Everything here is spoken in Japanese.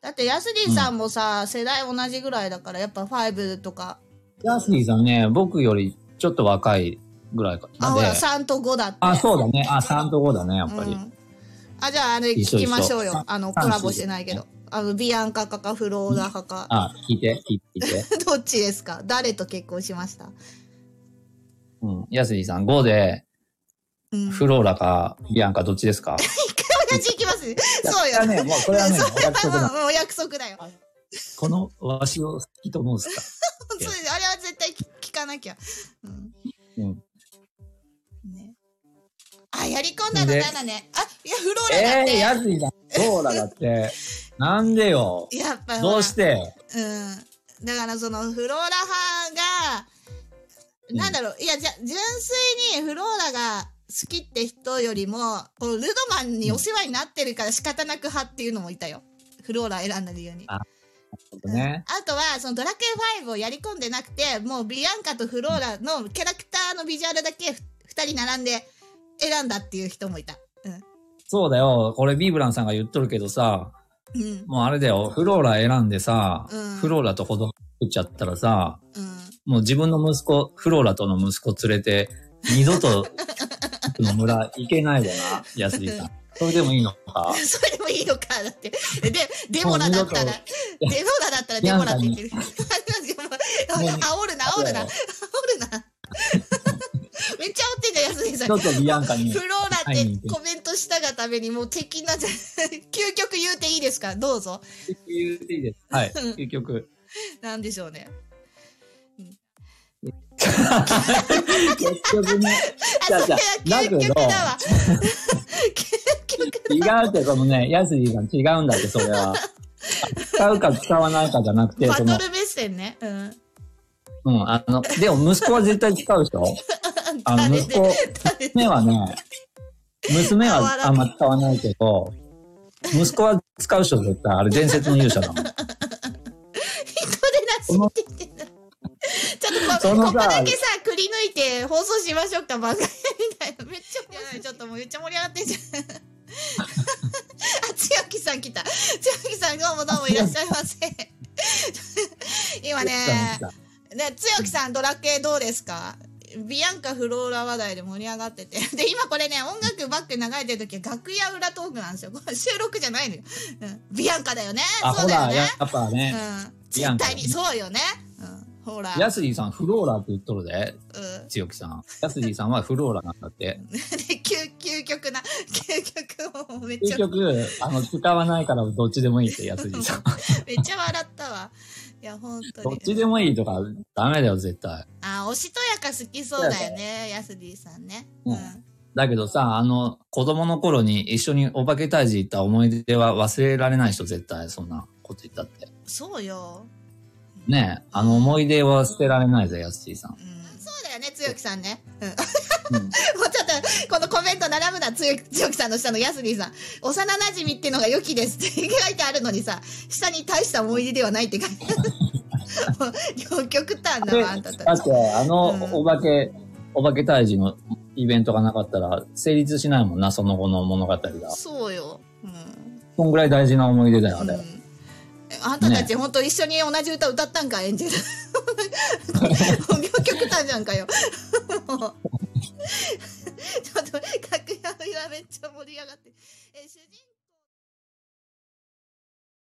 だってヤスリーさんもさ、世代同じぐらいだからやっぱ5とかヤスリーさんね、僕よりちょっと若いぐらいかあなんほで。ら3と5だってあ、そうだね。あ、3と5だね、やっぱり。うん、あじゃああれ一緒聞きましょう一緒よあの三コラボしてないけどあのビアンカかかフローラ派かあ、聞いて、聞いて。どっちですか誰と結婚しました、うん。ヤスリーさん5で、うん、フローラか、ビアンかどっちですか私行きますね そういやよ、ね、もうこれはね、お約多束分だ。もう約束だよこの、わしを好きと思うんすそうですあれは絶対聞かなきゃ、うんかうん。ね、あやり込んだので7ねあいやフローラだっえて、ー、ヤスリーさん、フローラだって、なんでよ。やっぱほらどうしてうん、だからそのフローラう派が、んなんだろう、いや、じゃ、純粋にフローラが好きって人よりも、このルドマンにお世話になってるから仕方なく派っていうのもいたよ。フローラ選んだ理由に。あね。あとは、そのドラクエ5をやり込んでなくて、もうビアンカとフローラのキャラクターのビジュアルだけふ二人並んで選んだっていう人もいた。そうだよ。これビーブランさんが言っとるけどさ、うん。もうあれだよ。フローラ選んでさ、うんフローラと子供作っちゃったらさ、うん。もう自分の息子、フローラとの息子連れて、二度と、の村行けないわな、安井さん。それでもいいのか。 それもいいのかだって。で、デモラだったら、もデモラだったらデモラって言ってる。煽 もうるな、煽るな、煽るな。めっちゃ煽ってんじゃん、安井さん。ちょっとビアンカにフローラってコメントしたがために、もう敵なじゃん、究極言うていいですかどうぞ。言っていいです。はい、究極。なんでしょうね。結局ね、あ、じゃあそれはじゃあ究極だわ。 究極違うって、そのね、安井さん違うんだって、それは。使うか使わないかじゃなくて、バそのト、ル目線ね。うん。うん、あの、でも息子は絶対使うでしょ あの、誰息で子、誰で娘はね、娘はあんま使わないけど、息子は使うでしょ、絶対。あれ、伝説の勇者だもん。人でなしって言ってんだ。ちょそっとこのこさこだけさ、くり抜いて放送しましょうか、番組みたいな。めっちゃ面白い。ちょっともうめっちゃ盛り上がってんじ ゃん。あ、千秋さん来た。千秋さんどうもどうもいらっしゃいませ。今ね、ね、千秋さんドラケどうですかビアンカフローラ話題で盛り上がってて。で、今これね、音楽バック流れてる時は楽屋裏トークなんですよ。これ収録じゃないのよ。うん、ビアンカだよね。あ、そほうだよら、ね。やっぱね、うんビア絶ンカ対にそうよね。うん、ほら。ヤスリーさん、フローラって言っとるで、うん、 強木さん。ヤスリーさんはフローラなんだって。で究究極な究極もうめっち結ゃ局、あの、使わないからどっちでもいいって、ヤスリーさん。 めっちゃ笑ったわ。いや本当どっに。ちでもいいとか、ダメだよ、絶対。あおしとやか好きそうだよねヤスディさんね。ううんん。だけどさ、あの、子供の頃に一緒にお化け退治行った思い出は忘れられない人、絶対、そんなこと言ったって。そうよ。ねえ、あの思い出は捨てられないぜ、ヤスリーさんう。ん。そうだよね強きさんね。うん。 もうんうちょっとこのコメント並ぶな強き強きさんの下のヤスディさん。幼馴染ってのが良きですって書いてあるのにさ下に大した思い出ではないって書いて ある。もう両極端だわあんたたちだ。って、あのうん、お化け、お化け退治のイベントがなかったら、成立しないもんな、その後の物語が。そうよ。うん。そんぐらい大事な思い出だよ、あれ。うんえあんたたち、本当一緒に同じ歌歌ったんかエンジェル本業曲たんじゃんかよ もうちょっと楽屋裏めっちゃ盛り上がってえ主人